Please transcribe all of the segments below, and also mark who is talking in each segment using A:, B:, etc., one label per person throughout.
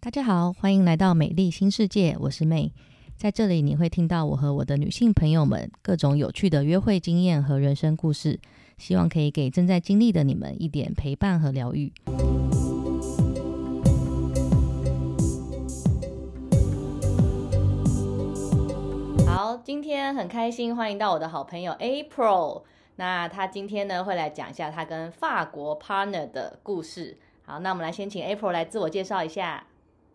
A: 大家好，欢迎来到美丽新世界，我是妹。在这里，你会听到我和我的女性朋友们各种有趣的约会经验和人生故事，希望可以给正在经历的你们一点陪伴和疗愈。好，今天很开心，欢迎到我的好朋友 April。那她今天呢会来讲一下她跟法国 partner 的故事。好，那我们来先请 April 来自我介绍一下。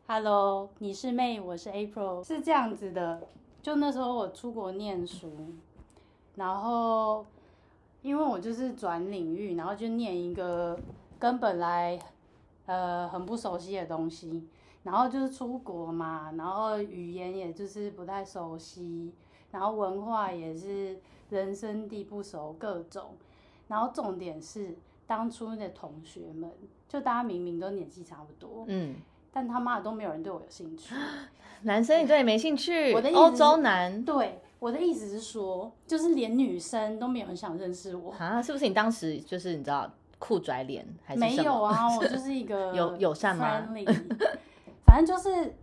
B: Hello，你是妹，我是 April，是这样子的，就那时候我出国念书，然后因为我就是转领域，然后就念一个跟本来呃很不熟悉的东西，然后就是出国嘛，然后语言也就是不太熟悉，然后文化也是人生地不熟各种，然后重点是当初的同学们，就大家明明都年纪差不多，
A: 嗯，
B: 但他妈的都没有人对我有兴 趣。
A: 男生你对你没兴趣，
B: 我的意思
A: 欧
B: 是
A: 洲男
B: 对，我的意思是说，就是连女生都没有很想认识我。
A: 啊，是不是你当时就是你知道酷拽脸还是
B: 没
A: 什么
B: 有啊，我就是一个
A: 友友善吗
B: friendly 反正就是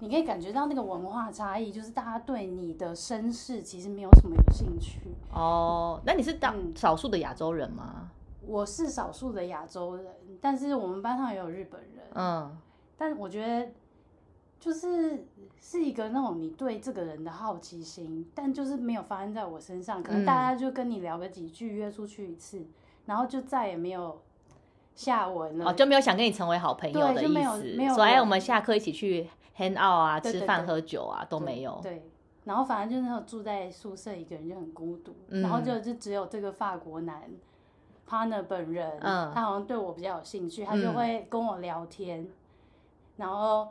B: 你可以感觉到那个文化差异，就是大家对你的身世其实没有什么有兴趣。
A: 哦，那你是当
B: 嗯
A: 少数的亚洲人吗？
B: 我是少数的亚洲人，但是我们班上也有日本人，
A: 嗯，
B: 但我觉得就是是一个那种你对这个人的好奇心，但就是没有发生在我身上。可
A: 嗯
B: 能大家就跟你聊个几句，约出去一次，然后就再也没有下文了。
A: 哦，就没有想跟你成为好朋友
B: 嗯对
A: 的
B: 就
A: 意
B: 没有没
A: 思，
B: 有
A: 说哎，
B: 人
A: 我们下课一起去 hang out 啊，
B: 对
A: 吃
B: 对
A: 饭
B: 对
A: 喝酒啊，都
B: 对
A: 没有。
B: 对。然后反正就是那种住在宿舍一个人就很孤独，
A: 嗯
B: 然后就就只有这个法国男 partner 本人，
A: 嗯
B: 他好像对我比较有兴趣，他就
A: 嗯
B: 会跟我聊天，然后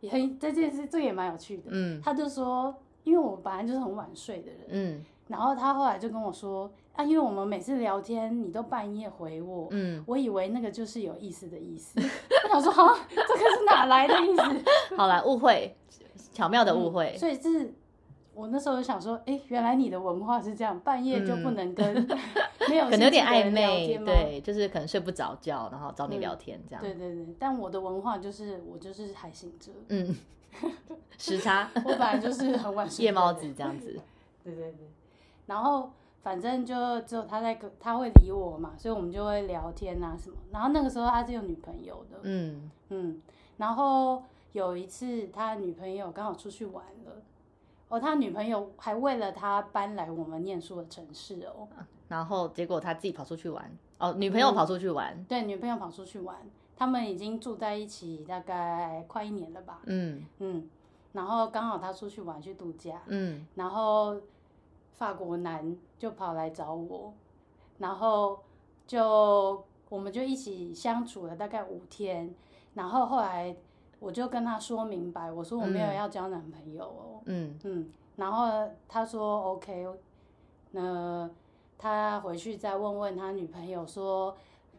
B: 也很这件事这也蛮有趣的，
A: 嗯
B: 他就说，因为我本来就是很晚睡的人，
A: 嗯
B: 然后他后来就跟我说，啊，因为我们每次聊天你都半夜回我，
A: 嗯，
B: 我以为那个就是有意思的 意思，我想说，哈，这个是哪来的意思？
A: 好啦，误会，巧妙 的误
B: 嗯
A: 会。
B: 所以是。我那时候就想说，哎、原来你的文化是这样，半夜就不能跟 没有
A: 嗯可能有
B: 兴趣
A: 点
B: 的
A: 暧
B: 人聊
A: 昧，
B: 天吗，
A: 对，就是可能睡不着觉，然后找你
B: 嗯
A: 聊天这样。
B: 对对对。但我的文化就是我就是还醒着，
A: 嗯，时差，
B: 我本来 就是很晚睡
A: 夜
B: 的
A: 猫
B: 人
A: 子这样子。
B: 对对对，然后反正就只有他在跟，他会理我嘛，所以我们就会聊天啊什么。然后那个时候他是有女朋友的，
A: 嗯，
B: 嗯，然后有一次他女朋友刚好出去玩了，哦，他女朋友还为了他搬来我们念书的城市哦，
A: 然后结果他自己跑出去玩，哦，女朋友
B: 嗯
A: 跑出去玩，
B: 对，女朋友跑出去玩，他们已经住在一起大概快一年了吧，
A: 嗯
B: 嗯，然后刚好他出去玩去度假，
A: 嗯，
B: 然后法国男就跑来找我，然后就我们就一起相处了大概五天，然后后来我就跟他说明白，我说我没有
A: 嗯
B: 要交男朋友哦，
A: 嗯
B: 嗯，然后他说 OK，那他回去再问问他女朋友说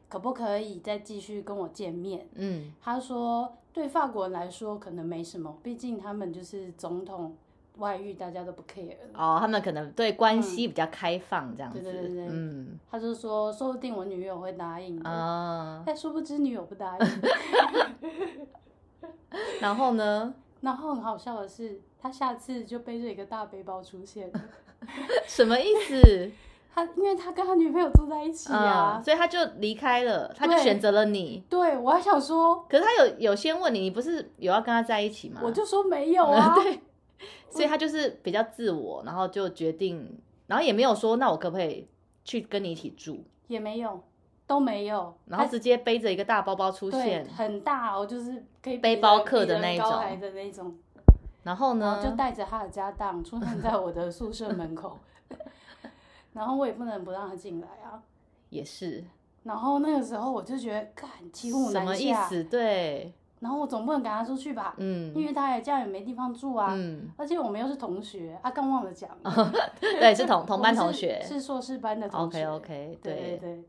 B: 可不可以再继续跟我见面，
A: 嗯
B: 他说，对法国人来说可能没什么，毕竟他们就是总统外遇，大家都不 care。
A: 哦，他们可能对关系比较开放这样子，
B: 嗯对对对对
A: 嗯
B: 他就说，说不定我女友会答应的，
A: 啊，
B: 但殊不知女友不答应。
A: 然后呢，
B: 然后很好笑的是，他下次就背着一个大背包出现了。
A: 什么意 思？
B: 他因为他跟他女朋友住在一起
A: 啊，
B: 啊，
A: 所以他就离开了，他就
B: 对
A: 选择了你。
B: 对我还想说，
A: 可是他有有先问你，你不是有要跟他在一起吗？，
B: 我就说没有啊
A: 对，所以他就是比较自我，然后就决定，然后也没有说那我可不可以去跟你一起住，
B: 也没有，都没有。
A: 然后
B: 他
A: 直接背着一个大包包出
B: 对
A: 现，
B: 很大哦，就是可以
A: 背
B: 比人
A: 包客
B: 比
A: 的
B: 人
A: 那一
B: 高
A: 种
B: 矮的那一种。
A: 然后
B: 然
A: 呢
B: 后就带着他的家当出现在我的宿舍门口， 然后我也不能不让他进来啊。
A: 也是
B: 然后那个时候我就觉得，干骑虎
A: 什
B: 难
A: 么意
B: 下。
A: 思？对，
B: 然后我总不能赶他出去吧，因
A: 嗯
B: 为他也这样也没地方住啊。
A: 嗯，
B: 而且我们又是同学，啊，刚忘了讲，
A: 对，是 同同班
B: 我们
A: 同
B: 是
A: 学
B: 是硕士班的同
A: o
B: 学。
A: k OK，
B: 对对对。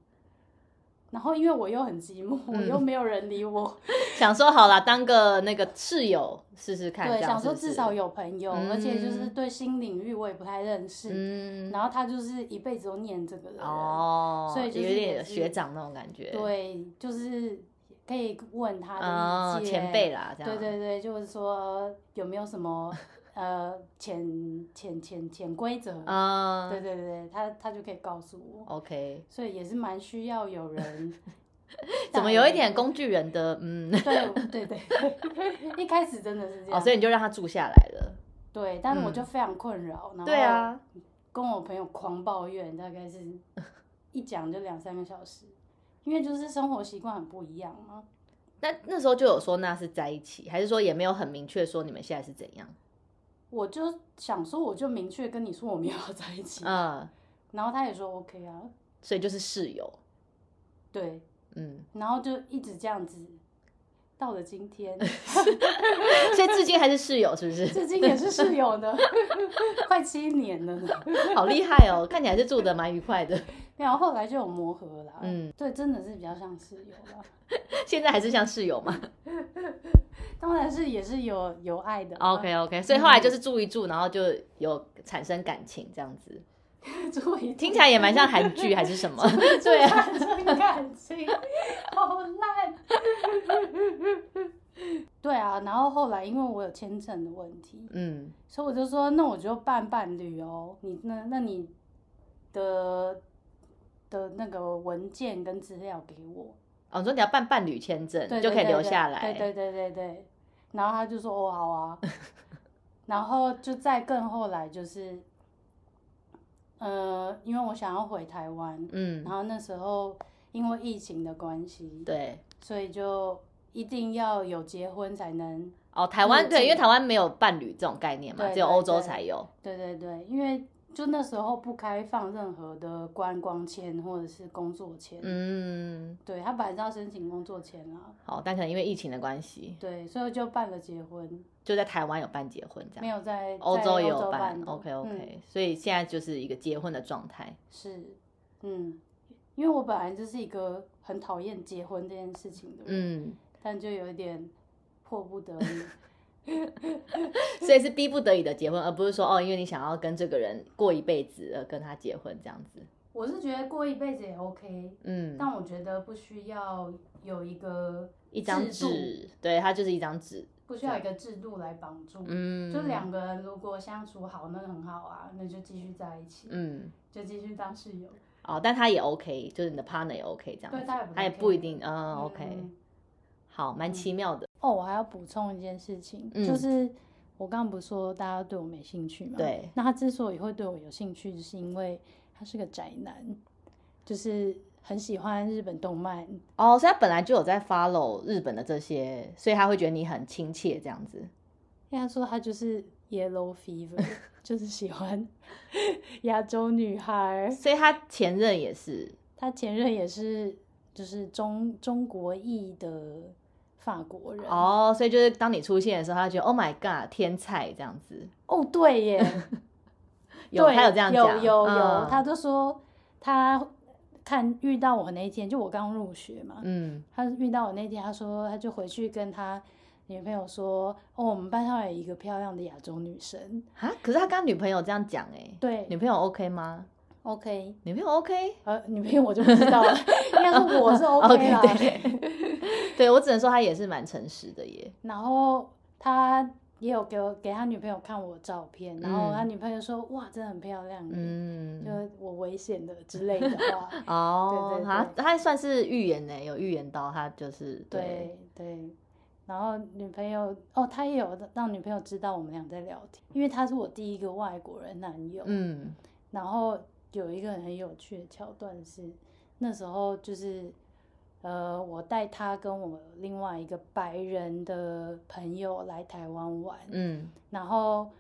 B: 然后因为我又很寂寞，我
A: 嗯
B: 又没有人理我，
A: 想说好了，当个那个室友试试看，
B: 对，
A: 这样
B: 想
A: 是
B: 说
A: 不是
B: 至少有朋友，而且就是
A: 嗯
B: 对新领域我也不太认识。
A: 嗯
B: 然后他就是一辈子都念这个的人。
A: 哦，
B: 所以就是
A: 有
B: 也
A: 点
B: 是
A: 学长那种感觉，
B: 对，就是可以问他的
A: 哦
B: 意，见，
A: 前辈啦，这样
B: 对对对，就是说有没有什么呃潜潜潜潜规则？
A: 啊
B: 对对对，他他就可以告诉我，
A: ，OK，
B: 所以也是蛮需要有人带。
A: 怎么有一点工具人的嗯，
B: 对对对， 一开始真的是这样。
A: 哦，所以你就让他住下来了，
B: 对，但是我
A: 嗯
B: 就非常困扰，然后
A: 对啊，
B: 跟我朋友狂抱怨，大概是一讲就两三个小时，因为就是生活习惯很不一样嘛。
A: 那那时候就有说那是在一起，还是说也没有很明确说你们现在是怎样？
B: 我就想说，我就明确跟你说我们要在一起，
A: 嗯，
B: 然后他也说 OK 啊，
A: 所以就是室友，
B: 对，
A: 嗯，
B: 然后就一直这样子，到了今 天，
A: 所以至今还是室友，是不是？
B: 至今也是室友呢， 快七年了呢。
A: 好厉害哦，看起来是住的蛮愉快的，
B: 然后后来就有磨合啦，
A: 嗯，
B: 对，真的是比较像室友啦，
A: 现在还是像室友嘛
B: 当然是也是有有爱的啦
A: 哦？OK OK，所以后来就是住一住，然后就有产生感情这样子，
B: 注意
A: 听起来也蛮像韩剧还是 什么？
B: 对啊，真感情好烂。 对啊，然后后来因为我有签证的问题，
A: 嗯，
B: 所以我就说，那我就办伴侣哦。你那那你的的那个文件跟资料给我，
A: 哦，你说你要办伴侣签证，
B: 对
A: 就可以
B: 对
A: 留
B: 对
A: 下来，
B: 对对对对对。然后他就说：“哦，好 啊。”然后就再更后来就是，呃，因为我想要回台湾，
A: 嗯
B: 然，后那时候因为疫情的关系，
A: 对。
B: 所以就一定要有结婚才能。
A: 哦，台湾
B: 入
A: 对，因为
B: 境
A: 台湾没有伴侣这种概念嘛，
B: 对
A: 只有
B: 对
A: 欧洲
B: 对
A: 才有。
B: 对对对，因为就那时候不开放任何的观光签或者是工作签。
A: 嗯，
B: 对他本来是要申请工作签啊，
A: 好，但可能因为疫情的关系，
B: 对，所以就办了结婚，
A: 就在台湾有办结婚这
B: 没
A: 样，
B: 有在
A: 欧
B: 在
A: 洲也
B: 洲
A: 有哦
B: 办的
A: OK
B: 嗯
A: OK，、所以现在就是一个结婚的状态。
B: 是，嗯，因为我本来就是一个很讨厌结婚这件事情的人，
A: 嗯，
B: 但就有一点迫不得已，
A: 所以是逼不得已的结婚，而不是说哦，因为你想要跟这个人过一辈子而跟他结婚这样子。
B: 我是觉得过一辈子也 OK，
A: 嗯，
B: 但我觉得不需要有一个
A: 一张
B: 制度
A: 纸，对，它就是一张纸。
B: 不需要一个制度来绑住。
A: 嗯，
B: 就两个人如果相处好，那很好啊，那就继续在一起，
A: 嗯。
B: 就继续当室友。
A: 哦，但他也 OK，就是你的 partner 也 OK 这样
B: 对
A: 子
B: 他也不
A: 他也
B: OK
A: 不一定，嗯，OK，
B: 嗯
A: 好，蛮奇妙的，
B: 哦，我还要补充一件事情，
A: 嗯
B: 就是我刚刚不是说大家对我没兴趣吗？
A: 对。
B: 那他之所以会对我有兴趣，是因为他是个宅男，就是很喜欢日本动漫。
A: 哦，所以他本来就有在 follow 日本的这些，所以他会觉得你很亲切这样子。
B: 因为他说他就是 yellow fever，就是 喜欢亚洲女孩。
A: 所以他前任也是，
B: 他前任也是就是中中国裔的法国人。
A: 哦，所以就是当你出现的时候，他就觉得 Oh my God，天才这样子。
B: 哦，对耶，
A: 有
B: 对
A: 他有这样
B: 有
A: 讲
B: 有有，
A: 嗯
B: 他就说他看遇到我那一天，就我刚入学嘛，
A: 嗯，
B: 他遇到我那天，他说他就回去跟他女朋友说，哦，我们班上有一个漂亮的亚洲女生，
A: 啊，可是他跟他女朋友这样讲哎、
B: 对
A: 女朋友 OK 吗？
B: ，OK，
A: 女朋友 OK？
B: 呃，女朋友我就不知道了，应该 是我是 OK 啦。
A: 对， 对我只能说他也是蛮诚实的耶。
B: 然后他也有给我给他女朋友看我照片，然后他女朋友说：“哇，真的很漂亮耶。”欸
A: 嗯，
B: 就我危险的之类的话。
A: 哦
B: 对，对
A: 他
B: 对
A: 他算是预言呢，有预言到他就是对，
B: 对对，然后女朋友哦，他也有让女朋友知道我们俩在聊天，因为他是我第一个外国人男友。
A: 嗯，
B: 然后有一个很有趣的桥段是，那时候就是，呃，我带他跟我另外一个白人的朋友来台湾玩，
A: 嗯，
B: 然后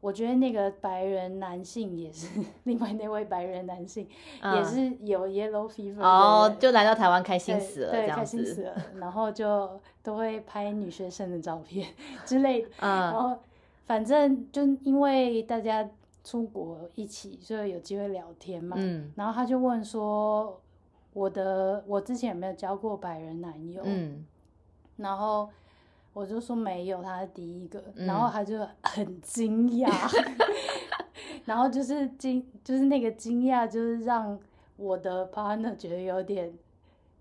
B: 我觉得那个白人男性也是 另外那位白人男性、也
A: 嗯
B: 是有 yellow fever 的
A: 哦，
B: 人
A: 就来到台湾开
B: 对
A: 心死了，
B: 对，
A: 这样
B: 开心死
A: 子，
B: 了，然后就都会拍女学生的照片 之类的，然
A: 嗯
B: 后反正就因为大家出国一起，所以有机会聊天嘛。
A: 嗯
B: 然后他就问说，我的我之前有没有交过白人男友？
A: 嗯，
B: 然后我就说没有，他是第一个。
A: 嗯
B: 然后他就很惊讶， 然后就是惊，就是那个惊讶，就是让我的 partner 觉得有点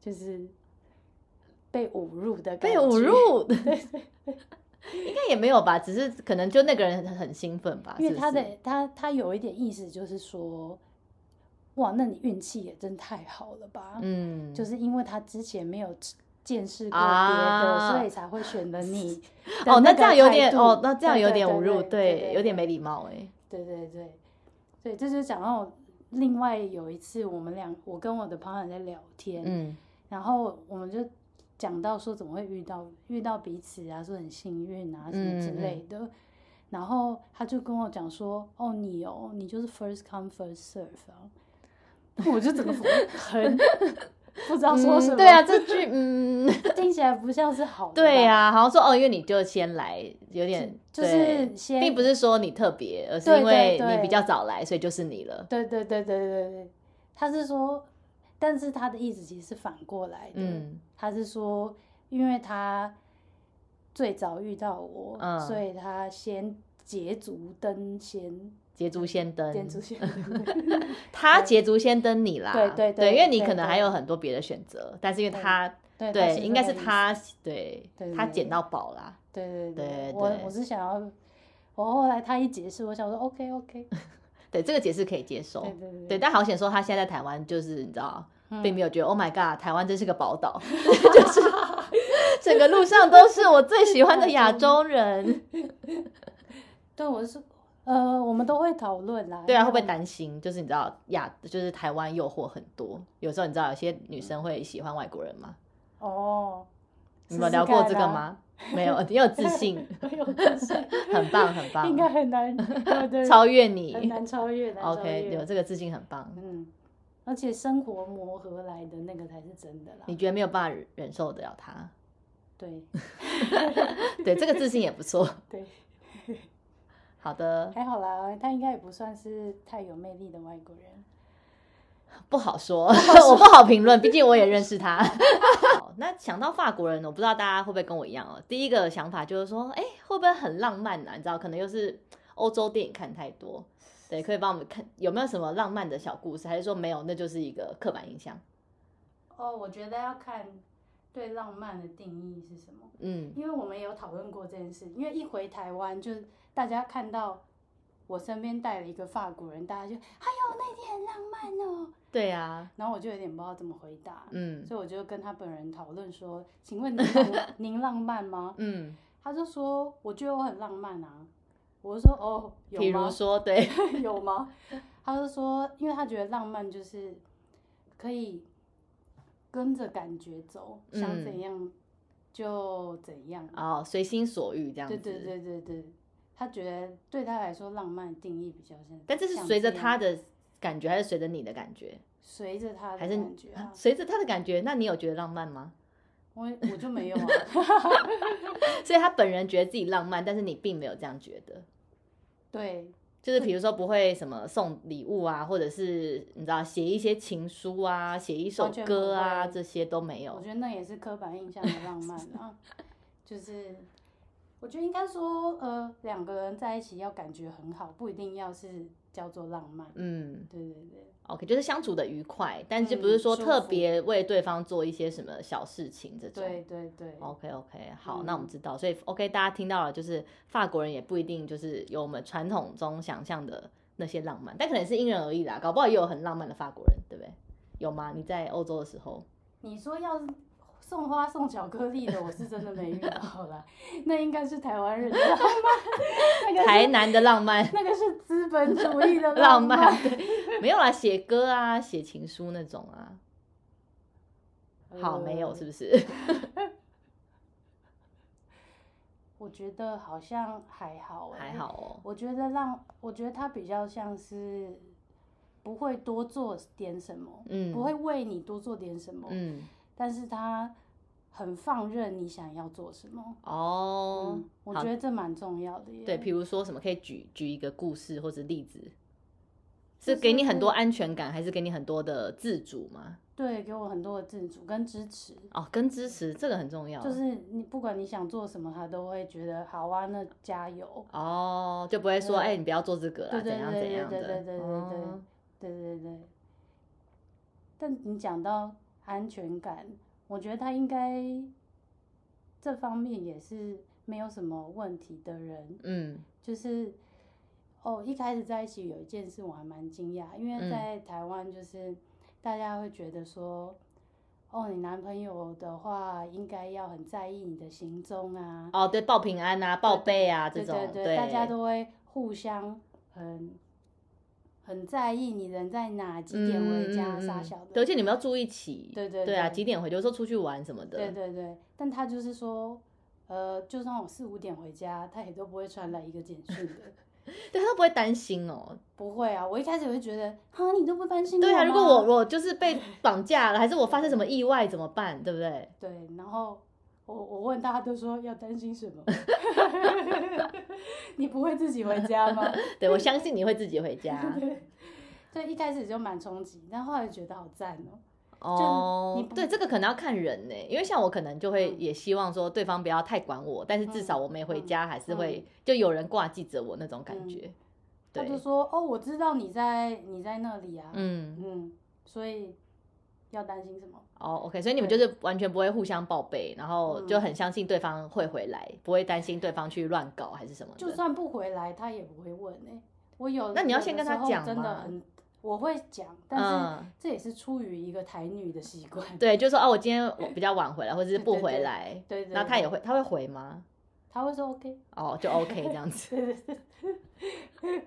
B: 就是被侮辱的感
A: 被
B: 觉，
A: 侮辱， 应该也没有吧，只是可能就那个人很很兴奋吧，
B: 因为
A: 是不
B: 他
A: 是
B: 的他他有一点意思就是说，哇，那你运气也真太好了吧？
A: 嗯，
B: 就是因为他之前没有吃见识过别的，
A: 啊
B: 所以才会选择 你的
A: 哦，那
B: 个
A: 这样有
B: 态
A: 点
B: 度
A: 哦，那这样
B: 对
A: 有
B: 对
A: 点
B: 对
A: 侮辱，
B: 对对对
A: 有点
B: 对
A: 没礼貌哎。
B: 对对对，对，这就讲到我另外有一次，我们俩我跟我的朋友在聊天，
A: 嗯
B: 然后我们就讲到说怎么会遇到遇到彼此啊，说很幸运啊什么之
A: 嗯嗯
B: 类的。然后他就跟我讲说：“哦，你哦，你就是 first come first serve 啊。” 我就整个 很不知道说什么，
A: 嗯对啊，，这句嗯，
B: 听起来不像是好的吧。
A: 对呀，好像说哦，因为你就先来，有点
B: 就是
A: 对
B: 先
A: 并不是说你特别，而是
B: 对
A: 因为
B: 对
A: 你
B: 对
A: 比较早来，所以就是你了。
B: 对对对对对对，他是说，但是他的意思其实是反过来的。
A: 嗯
B: 他是说，因为他最早遇到我，
A: 嗯
B: 所以他先捷足登先，
A: 捷足先登，
B: 捷足先
A: 他捷足先登你啦，
B: 对对对
A: 因为你
B: 对
A: 可能
B: 对
A: 还有很多别的选择，但是因为
B: 对
A: 他
B: 对他
A: 对，应该
B: 这
A: 是
B: 个意思，
A: 他对
B: 对对
A: 他
B: 对
A: 捡到宝啦，
B: 对对
A: 对
B: 我
A: 对
B: 我是想要，我后来他一解释，我想说 OK OK，
A: 对这个解释可以接受，
B: 对对对
A: 对，但好险说他现在在台湾，就是你知道，
B: 嗯
A: 并没有觉得、Oh my God，台湾真是个宝岛， 就是整个路上都是我最喜欢的亚洲 人。
B: 嗯对，我是呃，我们都会讨论啦，
A: 对啊，会
B: 因
A: 不
B: 为
A: 会担心？就是你知道亚，就是台湾诱惑很多，有时候你知道有些女生会喜欢外国人吗？
B: 哦，
A: 你
B: 试
A: 们
B: 试
A: 聊过
B: 看啊
A: 这个
B: 啦？
A: 吗？没有，你有自 信，
B: 没有自信
A: 很棒，很
B: 应
A: 棒，
B: 该很 难，对对，
A: 啊超越
B: 很
A: 你。
B: 难超越，难超
A: OK，有
B: 越，
A: 这个自信很棒。
B: 嗯，而且生活磨合来的那个才是真的啦
A: 你，觉得没有办法忍受得了他？
B: 对
A: 对，这个自信也不错。
B: 对。
A: 好的，
B: 还好啦，他应该也不算是太有魅力的外国人。
A: 不好说， 我不好评论，毕竟我也认识他。 好那想到法国人，我不知道大家会不会跟我一样哦。第一个想法就是说，哎，会不会很浪漫呢、你知道，可能又是欧洲电影看太多，对，可以帮我们看有没有什么浪漫的小故事，还是说没有，那就是一个刻板印象？
B: 哦，我觉得要看对浪漫的定义是什么，
A: 嗯
B: 因为我们有讨论过这件事。因为一回台湾，就大家看到我身边带了一个法国人，大家就哎呦那天很浪漫哦，
A: 对啊，
B: 然后我就有点不知道怎么回答，
A: 嗯
B: 所以我就跟他本人讨论说：“请问您浪 您浪漫吗
A: 嗯，？”
B: 他就说：“我觉得我很浪漫啊。”我就说：“哦，有
A: 比
B: 吗
A: 如说，对，
B: 有吗？他就说，因为他觉得浪漫就是可以跟着感觉走，想
A: 嗯
B: 怎样就怎样。
A: 哦，随心所欲这样子。
B: 对对对对对，他觉得对他来说，浪漫定义比较像。
A: 但这是
B: 像
A: 随着
B: 样
A: 他的感觉，还是随着你的感觉？
B: 随着他的
A: 还是
B: 感觉啊，
A: 随着他的感觉，那你有觉得浪漫吗？
B: 我我就没 有啊。
A: 所以他本人觉得自己浪漫，但是你并没有这样觉得。
B: 对
A: 就是比如说不会什么送礼物啊，或者是你知道写一些情书啊，写一首
B: 完全不
A: 歌啊，
B: 会
A: 这些都没
B: 我
A: 有。
B: 觉得那也是刻板印象的浪漫啊， 就是我觉得应该说，呃，两个人在一起要感觉很好，不一定要是叫做浪漫。
A: 嗯
B: 对对对。
A: ，OK，就是相处的愉快，但是就不是
B: 嗯
A: 说
B: 舒
A: 特
B: 服
A: 别为对方做一些什么小事情这种。
B: 对对对，
A: OK OK，好，那我们
B: 嗯
A: 知道，所以 OK，大家听到了，就是法国人也不一定就是有我们传统中想象的那些浪漫，但可能是因人而异啦，搞不好也有很浪漫的法国人，对不对？有吗？你在欧洲的时候，
B: 你说要是送花送巧克力的，我是真的没遇到啦， 那应该是台湾人的浪 漫，那个是
A: 台南的浪漫
B: 那个是资本主义的
A: 浪
B: 漫
A: 漫，，对没有啦，写歌啊，写情书那种啊，好，没有
B: 呃
A: 是不是？
B: 我觉得好像还好、欸，
A: 还。好哦，
B: 我觉得让我觉得他比较像是不会多做点什么，
A: 嗯
B: 不会为你多做点什么，
A: 嗯，
B: 但是他很放任你想要做什么。
A: 哦
B: 嗯，，我
A: 好
B: 觉得这蛮重要的耶。
A: 对，比如说什么，可以举举一个故事或者例子，是
B: 就
A: 给你
B: 是
A: 很多安全感，还是给你很多的自主吗？
B: 对，给我很多的自主跟支持。
A: 哦，跟支持这个很重要，
B: 就是你不管你想做什么，他都会觉得好啊，那加油。
A: 哦，就不会说
B: 对
A: 哎、你不要做这个啦，
B: 对对
A: 怎样
B: 对
A: 怎
B: 对
A: 样
B: 对
A: 的，
B: 对对对
A: 哦
B: 对对对。但你讲到安全感，我觉得他应该这方面也是没有什么问题的人，
A: 嗯
B: 就是哦，一开始在一起有一件事我还蛮惊讶，因为
A: 嗯
B: 在台湾就是大家会觉得说，哦，你男朋友的话应该要很在意你的行踪啊，
A: 哦，对，报平安啊，报备啊，这
B: 对
A: 种，
B: 对对，大家都会互相很很在意你人在哪，几点回家，
A: 嗯
B: 傻
A: 嗯
B: 小
A: 对，而
B: 的。
A: 且你们要住一起，
B: 对对
A: 啊，
B: 对
A: 几点回去？有时候出去玩什么的，
B: 对对对，但他就是说，呃，就算我四五点回家，他也都不会传来一个简讯 的。
A: 对他都不会担心哦。
B: 不会啊，我一开始也会觉得，哈，你都不担心
A: 对啊，
B: 我
A: 如果我
B: 吗
A: 我就是被绑架了，还是我发生什么意外怎么办？对不 对？
B: 对，然后我我问大家都说要担 心什么， 你不会自己回家吗？
A: 对，我相信你会自己回家。
B: 对，一开始就蛮冲击，但后来觉得好赞哦、你
A: 哦，
B: 不
A: 对，这个可能要看人呢，因为像我可能就会
B: 嗯
A: 也希望说对方不要太管我，但是至少我没回
B: 嗯
A: 家还是会、就有人挂记着我那种感觉。
B: 他就
A: 对，
B: 说：“哦，我知道你在你在那里啊，
A: 嗯，
B: 嗯所以要担心什么？
A: 哦，OK，所以你们就是完全不会互相报备，然后
B: 嗯
A: 就很相信对方会回来，不会担心对方去乱搞还是什么的。
B: 就算不回来，他也不会问哎、我有，
A: 那你要
B: 有
A: 先
B: 的
A: 跟他
B: 时候
A: 讲
B: 真的
A: 吗
B: 很，我会讲，但是
A: 嗯，
B: 这也是出于一个台女的习惯。
A: 对，就说哦，我今天我比较晚回来，或者是不回来，
B: 对对对
A: 那他也会，他会回吗？
B: 他会说 OK，
A: 哦，就 OK 这样子
B: 对对对，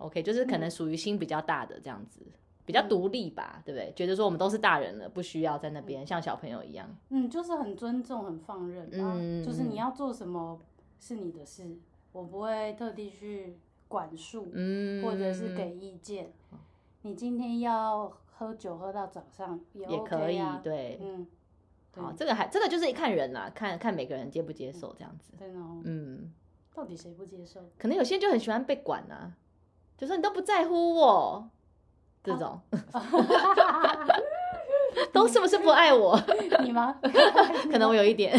A: ，OK，就是可能属于心比较大的这样子，比较独立
B: 嗯
A: 吧，对不对？觉得说我们都是大人了，不需要在那边像小朋友一样。
B: 嗯，就是很尊重、很放任啊，
A: 嗯
B: 就是
A: 嗯
B: 你要做什么是你的事，我不会特地去管束，
A: 嗯，
B: 或者是给意见。你今天要喝酒喝到早上也
A: 也
B: OK
A: 可以，
B: 啊，
A: 对，
B: 嗯，对
A: 好，这个还这个就是看人啦，看看每个人接不接受这样子，
B: 真的哦，
A: 嗯。
B: 到底谁不接受？
A: 可能有些人就很喜欢被管啊，就说你都不在乎我，这
B: 哦
A: 种、 都是不是不爱我？
B: 你吗？
A: 可能我有一点。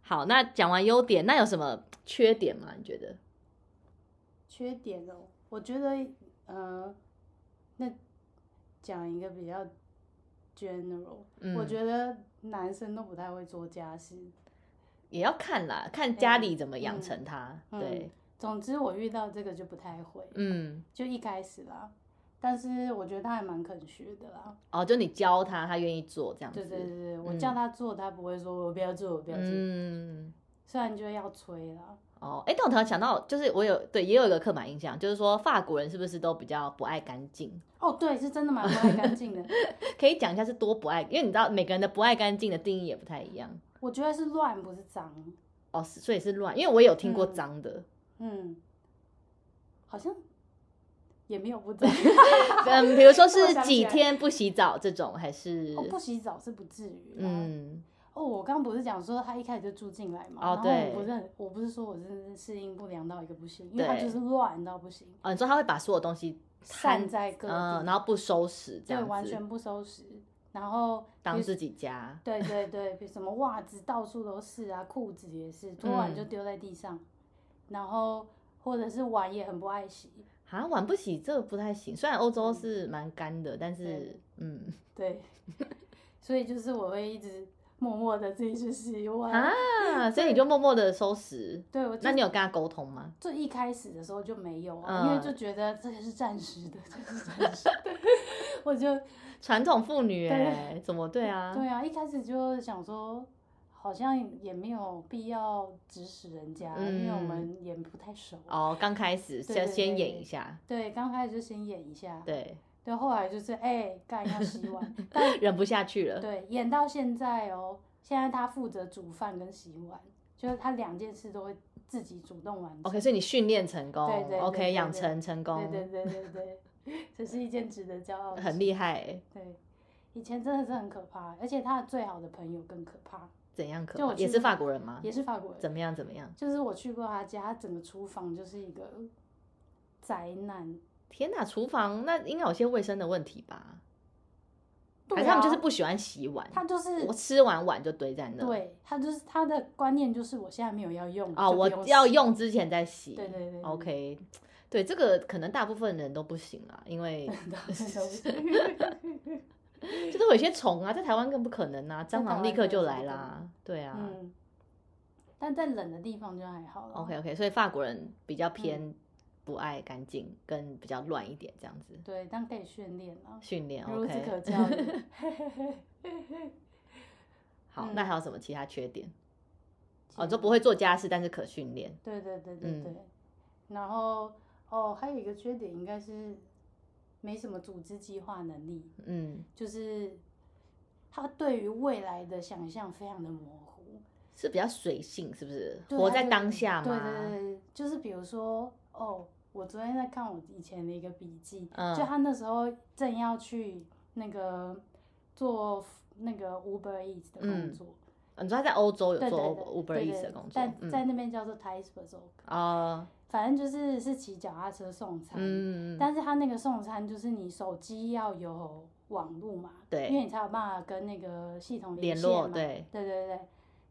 A: 好，那讲完优点，那有什么缺点吗？你觉得？
B: 缺点哦，我觉得，呃，那讲一个比较 general，、
A: 嗯
B: 我觉得男生都不太会做家事。
A: 也要看啦，看家里怎么养成他。
B: 哎嗯
A: 对，
B: 总之，我遇到这个就不太会，
A: 嗯，
B: 就一开始啦。但是我觉得他还蛮肯学的啦。
A: 哦，就你教他，他愿意做这样子。
B: 对对对对，我叫他做，他不会说我不要做，我不要做。
A: 嗯，
B: 虽然就要催啦，
A: 哦，哎，但我突然想到，就是我有对也有一个刻板印象，就是说法国人是不是都比较不爱干净？
B: 哦，对，是真的蛮不爱干净 的。
A: 可以讲一下是多不爱，因为你知道每个人的不爱干净的定义也不太一样
B: 我觉得是乱，不是脏。
A: 哦，是所以是乱。因为我也有听过脏 的，
B: 嗯，好像也没有 不脏。
A: 嗯，比如说
B: 我
A: 是
B: 想起
A: 几
B: 来
A: 天不洗澡这种，还是
B: 哦，不洗澡是不至于。嗯，
A: 嗯
B: 哦，我刚不是讲说他一开始就住进来嘛，
A: 哦
B: 然后我
A: 对
B: 不是很，我不是说我真的是适应不良到一个不行，因为他
A: 对
B: 就是乱到不行，
A: 哦，你说他会把所有东西
B: 散
A: 摊
B: 在各地，
A: 嗯，然后不收拾这
B: 对，
A: 样
B: 完
A: 子，
B: 全不收拾，然后
A: 当
B: 比如
A: 自己家，
B: 对对对，比如什么袜子到处都是啊，裤子也
A: 嗯
B: 是，脱完就丢在地上，然后或者是碗也很不爱洗，
A: 啊，碗不洗这个不太行。虽然欧洲是蛮干的，但是
B: 对
A: 嗯
B: 对，所以就是我会一直默默的自己去洗碗。
A: 啊，所以你就默默的收拾。
B: 对，我就
A: 那你有跟他沟通吗？
B: 最一开始的时候就没有啊，
A: 嗯
B: 因为就觉得这个是暂时的，这个是 暂时的，我就
A: 传统妇女哎、怎么对啊？
B: 对啊，一开始就想说。好像也没有必要指使人家，因为我
A: 嗯
B: 们也不太熟。
A: 哦，刚开始
B: 对
A: 先
B: 对
A: 先
B: 对
A: 演一下，
B: 对，刚开始就先演一下，
A: 对，
B: 对，后来就是哎，干、要洗碗，但
A: 忍不下去了。
B: 对，演到现在哦，现在他负责煮饭跟洗碗，就是他两件事都会自己主动完成。
A: OK，所以你训练成功
B: 对对对对
A: o
B: 对
A: k 养成哦成功，
B: 对对对对对， 这是一件值得骄傲的事。
A: 很厉害欸。
B: 对，以前真的是很可怕，而且他的最好的朋友更可怕，
A: 怎样可
B: 就
A: 怕
B: 我
A: 也
B: 去
A: 是法国人吗？
B: 也是法国人。
A: 怎么样？怎么样？
B: 就是我去过他家，他整个厨房就是一个灾难。
A: 天哪，厨房那应该有些卫生的问题吧？
B: 对
A: 还是他们就
B: 啊
A: 是不喜欢洗碗，
B: 他就是
A: 我吃完碗就堆在那。
B: 对他就是他的观念就是我现在没有要用
A: 哦，
B: 就不
A: 我
B: 用
A: 要
B: 洗
A: 用之前再洗。
B: 对对对对
A: OK，对这个可能大部分人都不行啦，因为
B: 都是都是
A: 就是有些虫啊，在台湾更不可能啊，蟑螂立刻就来
B: 在台湾
A: 啦。对啊、
B: 嗯，但在冷的地方就还好了。
A: o k OK，所以法国人比
B: 嗯
A: 较偏不爱干净，跟比较乱一点这样子
B: 对，但可以训练啊，
A: 训练。
B: 孺子
A: OK，
B: 可教也。
A: 好，
B: 嗯
A: 那还有什么其他缺点？ 哦，
B: 其
A: 就
B: 实
A: 不会做家事，但是可训练。
B: 对对对对
A: 嗯
B: 对。然后哦，还有一个缺点应该是没什么组织计划能力，
A: 嗯，
B: 就是他对于未来的想象非常的模糊，
A: 是比较随性，是不是？
B: 对
A: 活
B: 他
A: 在
B: 就
A: 当下嘛。
B: 对对对对，就是比如说哦，我昨天在看我以前的一个笔记，
A: 嗯
B: 就他那时候正要去那个做那个 Uber Eats 的工
A: 嗯
B: 作，
A: 啊你说他在欧洲有
B: 对对
A: 做
B: 对
A: Uber
B: 对
A: Eats
B: 对
A: 的工作嗯
B: 在，在那边叫做 t i s p e r
A: 哦，
B: 反正就是是骑脚踏车送餐，
A: 嗯，
B: 但是他那个送餐就是你手机要有网路嘛，
A: 对
B: 因为你才有办法跟那个系统
A: 联
B: 线
A: 络
B: 嘛
A: 对，
B: 对对对。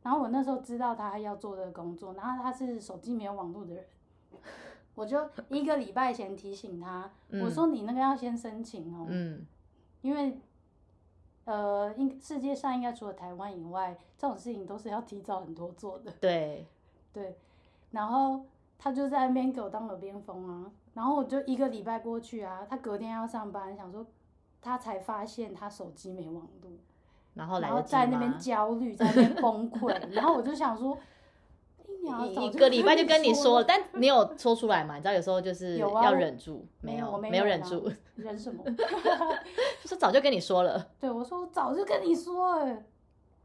B: 然后我那时候知道他要做这个工作，然后他是手机没有网络的人， 我就一个礼拜前提醒他，我说你那个要先申请哦，
A: 嗯，
B: 因为呃，应世界上应该除了台湾以外，这种事情都是要提早很多做的。
A: 对，
B: 对，然后他就在那边给我当耳边风啊，然后我就一个礼拜过去啊，他隔天要上班，想说他才发现他手机没网络，
A: 然后来
B: 然后
A: 得及
B: 在那边
A: 吗
B: 焦虑，在那边崩溃，然后我就想说，一秒
A: 一一个礼拜就跟你说
B: 说
A: 了，但你有说出来嘛？你知道有时候就是
B: 有啊
A: 要
B: 我
A: 忍住，
B: 没有
A: 有
B: 我没
A: 没有
B: 忍
A: 忍
B: 啊
A: 住，
B: 忍什么？
A: 就是早就跟你说了，
B: 对我说，我早就跟你说了。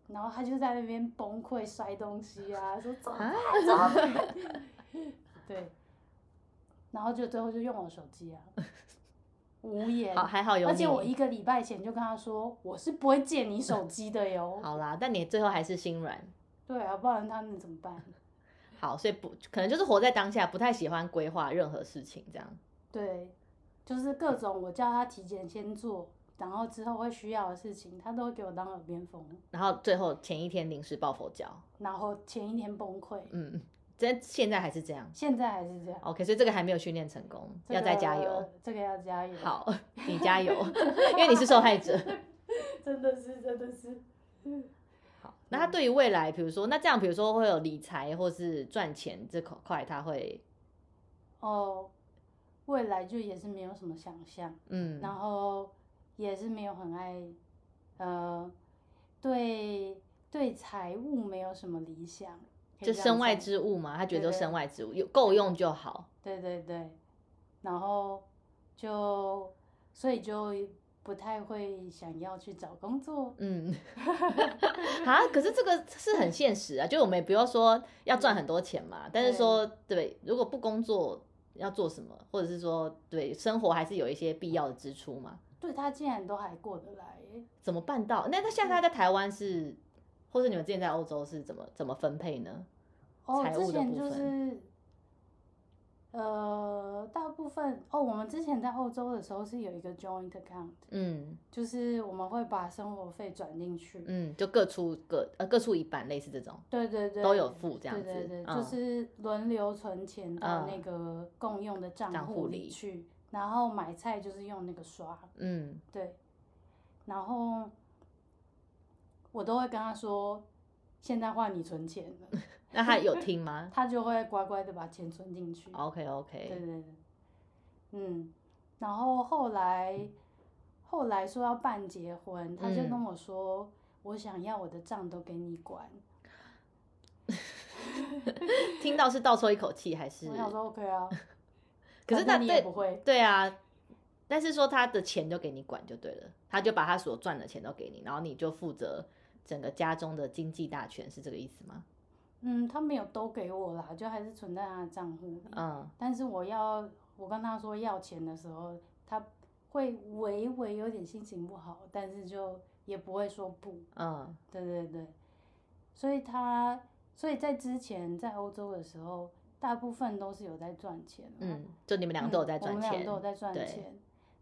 B: 然后他就在那边崩溃摔东西啊，说怎 么办？怎么办？对，然后就最后就用我手 机啊，无言。
A: 好还好有
B: 而且我
A: 你，
B: 一个礼拜前就跟他说，我是不会借你手机的哟。
A: 好啦，但你最后还是心软，
B: 对啊，不然他们怎么 办？
A: 好，所以不可能就是活在当下，不太喜欢规划任何事情这样，
B: 对，就是各种我叫他提前先做，然后之后会需要的事情，他都会给我当耳边风，
A: 然后最后前一天临时抱佛脚，
B: 然后前一天崩溃，
A: 嗯，真现在还是这样
B: 现在还是这样。
A: ，OK，所以这个还没有训练成功，要再加油。，
B: 这个要加油。，
A: 好，你加油，因为你是受害者。
B: 真的是，真的是，
A: 好，那他对于未来，比如说，那这样，比如说会有理财或是赚钱这块，他会，
B: 哦，未来就也是没有什么想象。
A: 嗯，
B: 然后也是没有很爱，呃，对对财务没有什么理想，可以
A: 就
B: 这样
A: 身外
B: 讲
A: 之物嘛，他觉得
B: 对
A: 都
B: 对
A: 身外之物，有够用就好。
B: 对对对，然后就所以就不太会想要去找工作，
A: 嗯， 啊，可是这个是很现实啊，就我们也不要说要赚很多钱嘛，但是说对，如果不工作要做什么，或者是说对生活还是有一些必要的支出嘛，
B: 对他竟然都还过得来耶，
A: 怎么办到？那他现在他在台湾是，或者你们之前在欧洲是怎么怎么分配呢？
B: 哦，
A: 财
B: 之
A: 务的
B: 前
A: 部
B: 就
A: 分
B: 是。呃，大部分哦，我们之前在欧洲的时候是有一个 joint account，
A: 嗯
B: 就是我们会把生活费转进去，
A: 嗯，就各出各呃各出一半，类似这种
B: 对对对，
A: 都有付这样子，
B: 对对对，
A: 嗯、
B: 就是轮流存钱到
A: 嗯
B: 那个共用的账
A: 账户
B: 里
A: 里
B: 去，然后买菜就是用那个刷，
A: 嗯
B: 对，然后我都会跟他说，现在换你存钱 了，
A: 那他有听吗 哦
B: 他就会乖乖的把钱存进去。
A: ？OK
B: 对
A: OK，
B: 对对，嗯，然后后来后来说要办结婚，他就跟
A: 嗯
B: 我说，我想要我的账都给你管，
A: 听到是倒抽一口气还是
B: 我？想说 OK 啊，
A: 可是
B: 反
A: 那
B: 正你也
A: 对
B: 不会。
A: 对啊，但是说他的钱就给你管就对了，他就把他所赚的钱都给你，然后你就负责整个家中的经济大权，是这个意思吗？
B: 嗯，他没有都给我啦，就还是存在他的账户里。
A: 嗯，
B: 但是我要我跟他说要钱的时候，他会微微有点心情不好，但是就也不会说不。
A: 嗯，
B: 对对对，所以他所以在之前在欧洲的时候，大部分都是有在赚钱啊。
A: 嗯，就你们两个都有在赚
B: 我们俩
A: 钱
B: 都，有在赚
A: 对
B: 钱。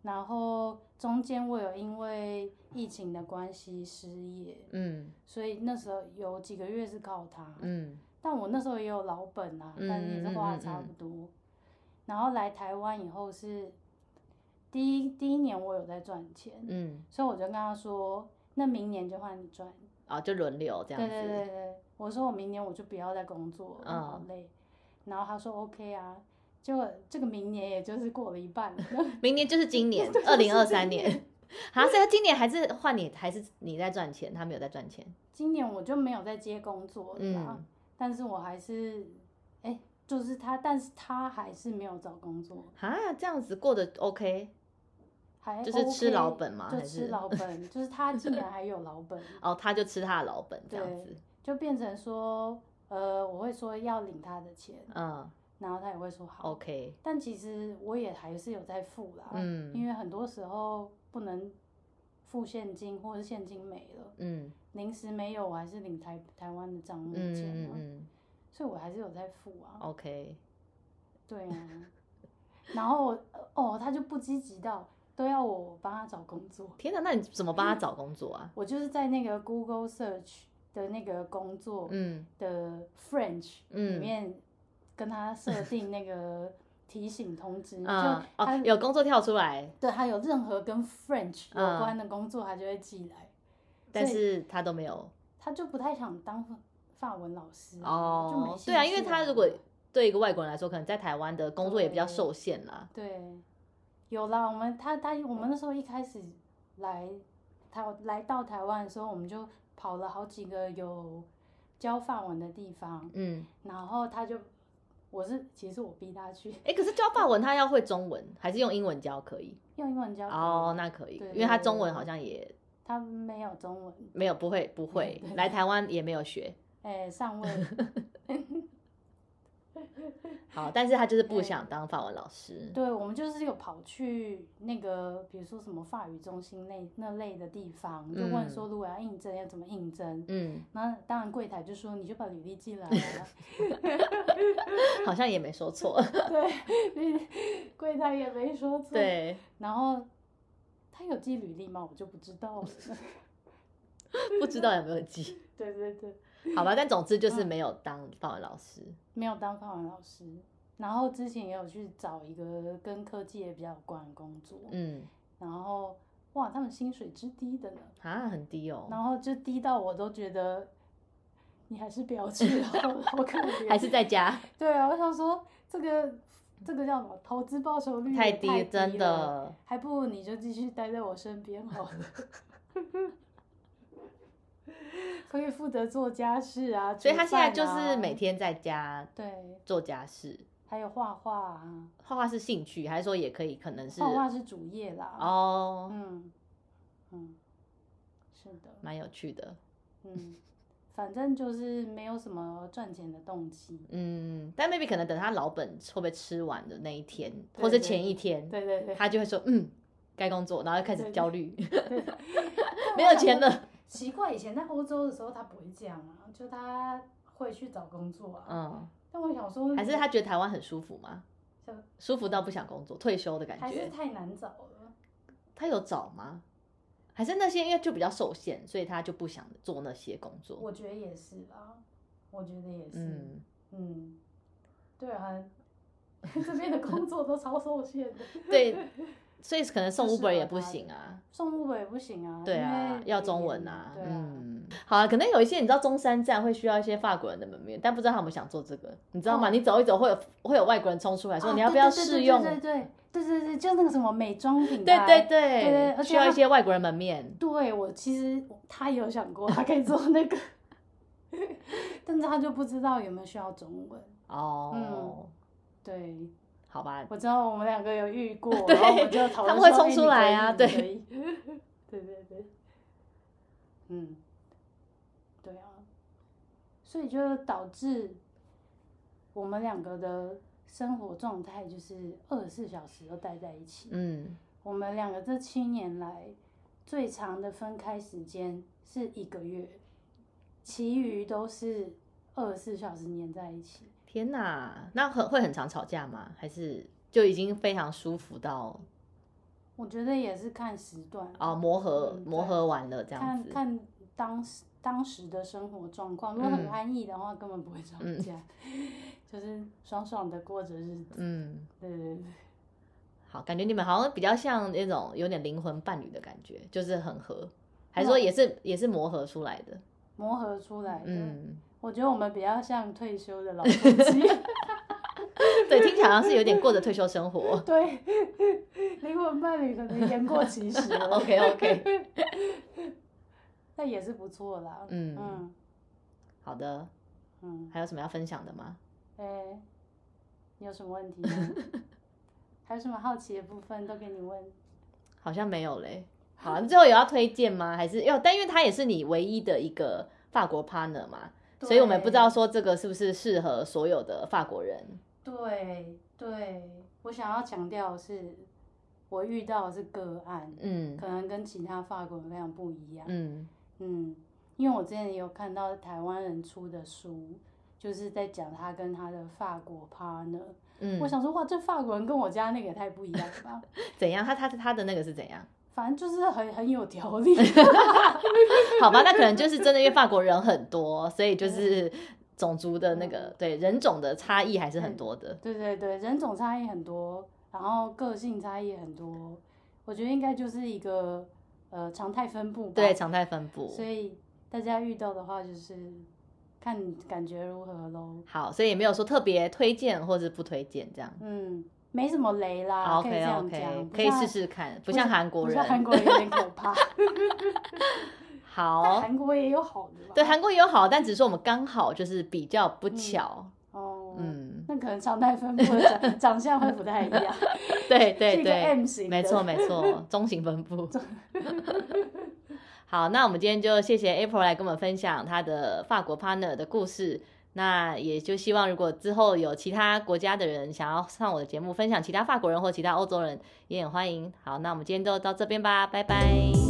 B: 然后中间我有因为疫情的关系失业，
A: 嗯
B: 所以那时候有几个月是靠他。
A: 嗯
B: 但我那时候也有老本啊，
A: 嗯
B: 但是也是花的差
A: 嗯嗯
B: 不多。然后来台湾以后是，第一第一年我有在赚钱，
A: 嗯，
B: 所以我就跟他说，那明年就换你赚。
A: 哦，就轮流这样
B: 对
A: 子，
B: 对对对，我说我明年我就不要再工作了，
A: 嗯
B: 好累。然后他说 OK 啊，结果这个明年也就是过了一半了，
A: 明年就是今年，二零二三年。好，所以他今年还是换你，还是你在赚钱，他没有在赚钱。
B: 今年我就没有再接工作了啦，
A: 嗯
B: 但是我还是，哎、就是他，但是他还是没有找工作，
A: 啊，这样子过得 OK
B: 还、
A: 就是吃老本吗
B: 就
A: 还是
B: 吃老本，就是他竟然还有老本，
A: 哦，他就吃他的老本这样子。
B: 就变成说，呃，我会说要领他的钱，
A: 嗯
B: 然后他也会说好。
A: ，OK，
B: 但其实我也还是有在付啦，
A: 嗯
B: 因为很多时候不能付现金，或者是现金没了，
A: 嗯
B: 临时没有，我还是领台台湾的账
A: 嗯
B: 目钱
A: 嗯
B: 啊，
A: 嗯哦
B: 所以我还是有在付啊。
A: ，OK，
B: 对啊， 然后呃哦，他就不积极到都要我帮他找工作，
A: 天哪，那你怎么帮他找工作啊？
B: 我就是在那个 Google Search 的那个工作
A: 嗯
B: 的 French 里
A: 嗯
B: 面跟他设定那个 提醒通知，
A: 啊
B: 就
A: 哦
B: 他，
A: 有工作跳出来，
B: 对他有任何跟 French 有
A: 嗯
B: 关的工作，他就会寄来，
A: 但是他都没有
B: 他就不太想当法文老师啊就没
A: 哦。
B: 兴
A: 对啊，因为
B: 趣
A: 他如果对一个外国人来说，可能在台湾的工作也比较
B: 对
A: 受限啦。嗯
B: 对，有啦，我们他他我们那时候一开始来台来到台湾的时候，我们就跑了好几个有教法文的地方，
A: 嗯，
B: 然后他就我是其实我逼他去
A: 哎，可是教法文他要会中文，还是用英文教可以？
B: 用英文教课
A: 哦，那可以
B: 对，
A: 因为他
B: 对
A: 中文
B: 对
A: 好像也
B: 他没有中文，
A: 没有不会不会，来台湾也没有学。
B: 哎，上位
A: 好，但是他就是不想当法文老师。
B: 对，我们就是有跑去那个，比如说什么法语中心那那类的地方，就问
A: 嗯
B: 说如果要应征要怎么应征。
A: 嗯，
B: 那当然，柜台就说你就把履历寄 来啊，
A: 好像也没说 错。
B: 对，你柜台也没说错。，
A: 对，
B: 然后他有寄履历吗？我就不知道了。
A: 不知道有没有记？
B: 对对对，
A: 好吧，但总之
B: 嗯
A: 就是没有当法文老师。
B: 没有当法文老师。然后之前也有去找一个跟科技也比较有关的工作，
A: 嗯，
B: 然后哇，他们薪水之低的呢，
A: 啊，很低
B: 然
A: 哦，
B: 后就低到我都觉得你还是不要去了， 好可怜。
A: 还是在家
B: 对啊，我想说这个这个叫什么？投资报酬率也
A: 太
B: 低
A: 低，真
B: 了，
A: 的。
B: 还不如你就继续待在我身边好了。 可以负责做家事啊，
A: 所以
B: 煮
A: 他现在就
B: 饭啊
A: 是每天在家
B: 对，
A: 做家事，
B: 还有画画啊，
A: 画画是兴趣，还是说也可以可能是
B: 画画是主业啦。，
A: 哦，
B: 嗯嗯，是的，
A: 蛮有趣的。
B: 嗯，反正就是没有什么赚钱的动机。
A: 嗯，但 maybe 可能等他老本会不会吃完的那一天，
B: 对
A: 或是
B: 对
A: 前一天，
B: 对对对，
A: 他就会说嗯，该工作，然后就开始
B: 对
A: 焦虑，
B: 对
A: 没有钱 了。
B: 奇怪，以前在欧洲的时候他不会这样啊，就他会去找工作啊。
A: 嗯，
B: 但我想说，
A: 还是他觉得台湾很舒服吗？
B: 就
A: 舒服到不想工作，退休的感
B: 还是
A: 觉。
B: 太难找了。
A: 他有找吗？还是那些因为就比较受限，所以他就不想做那些工作。
B: 我觉得也是啊，我觉得也是，嗯
A: 嗯，
B: 对啊，这边的工作都超受限的，
A: 对，所以可能送
B: 就适合
A: Uber 也不
B: 他
A: 行啊。
B: 送物也不行啊，
A: 对啊
B: 因，为
A: 要
B: 语
A: 中
B: 言
A: 文啊，
B: 对啊，
A: 嗯，好啊，可能有一些你知道中山站会需要一些法国人的门面，但不知道他们想做这个，你知道吗？
B: 哦
A: 你走一走会有会有外国人冲出来说、
B: 啊
A: 你要不
B: 对
A: 要
B: 对对
A: 试
B: 对
A: 用，
B: 对对对对对，就那个什么美妆品
A: 对
B: 牌，
A: 对
B: 对对而且
A: 需要
B: 他
A: 一些外国人门面，
B: 对我其实他有想过他可以做那个， 但是他就不知道有没有需要中文。
A: 哦，
B: 嗯对，
A: 好吧，
B: 我知道我们两个有遇 过，
A: 对
B: 然后我们就讨
A: 他
B: 论
A: 们会
B: 说
A: 冲
B: 哎
A: 出
B: 你可
A: 来
B: 以
A: 啊
B: 你
A: 对
B: 可以 对对对，嗯，对啊，所以就导致我们两个的生活状态就是二十四小时都待在一起。
A: 嗯，
B: 我们两个这七年来最长的分开时间是一个月，其余都是二十四小时黏在一起。
A: 天哪，那很会很常吵架吗？还是就已经非常舒服到
B: 我觉得也是看时段
A: 哦磨合、
B: 嗯对
A: 磨合完了这样
B: 看
A: 子，
B: 看当时当时的生活状况。如果很
A: 嗯
B: 安逸的话，根本不会吵
A: 嗯
B: 架，就是爽爽的过着日子。
A: 嗯，
B: 对对对，
A: 好，感觉你们好像比较像那种有点灵魂伴侣的感觉，就是很合，还是说也是也是磨合出来的？
B: 磨合出来的。
A: 嗯，
B: 我觉得我们比较像退休的老夫妻，
A: 对，听起来好像是有点过着退休生活。
B: 对，灵魂伴侣可能言过其实 了，
A: OK OK，
B: 那也是不错啦。
A: 嗯
B: 嗯
A: 好的，
B: 嗯，
A: 还有什么要分享的吗？
B: 哎、你有什么问 题吗？还有什么好奇的部分都给你问。
A: 好像没有嘞。好，最后有要推荐吗？还是要？但因为他也是你唯一的一个法国 partner 嘛，所以我们不知道说这个是不是适合所有的法国人。
B: 对对，我想要强调的是，我遇到的是个案，
A: 嗯
B: 可能跟其他法国人非常不一样。
A: 嗯
B: 嗯，因为我之前也有看到台湾人出的书，就是在讲他跟他的法国 partner。我
A: 嗯，
B: 想说，哇，这法国人跟我家那个也太不一样了吧！
A: 怎样？他他他的那个是怎样？
B: 反正就是很很有条理。
A: 好吧，那可能就是真的，因为法国人很多，所以就是种族的那
B: 嗯
A: 个对人种的差异还是很多的。
B: 对对对，人种差异很多，然后个性差异很多，我觉得应该就是一个呃常态分布吧。
A: 对，常态分布。
B: 所以大家遇到的话，就是看你感觉如何喽。
A: 好，所以也没有说特别推荐或者不推荐这样。
B: 嗯，没什么雷啦，可以这
A: OK
B: 样
A: OK，
B: 讲，不
A: 可以
B: 像
A: 试试看，不像韩国
B: 不像韩
A: 人。
B: 国人有点可 怕，但
A: 好，
B: 韩国也有好的吧？
A: 哦对，韩国也有好，但只是说我们刚好就是比较不
B: 嗯
A: 巧。
B: 哦，
A: 嗯，
B: 那可能常态分布的长 长相会不太一样，
A: 嗯对
B: 是
A: 对
B: 一个
A: 对，
B: M 型的，
A: 没错没错，中型分布。好，那我们今天就谢谢 April 来跟我们分享她的法国 partner 的故事。那也就希望，如果之后有其他国家的人想要上我的节目分享其他法国人或其他欧洲人，也很欢迎。好，那我们今天就到这边吧，拜拜。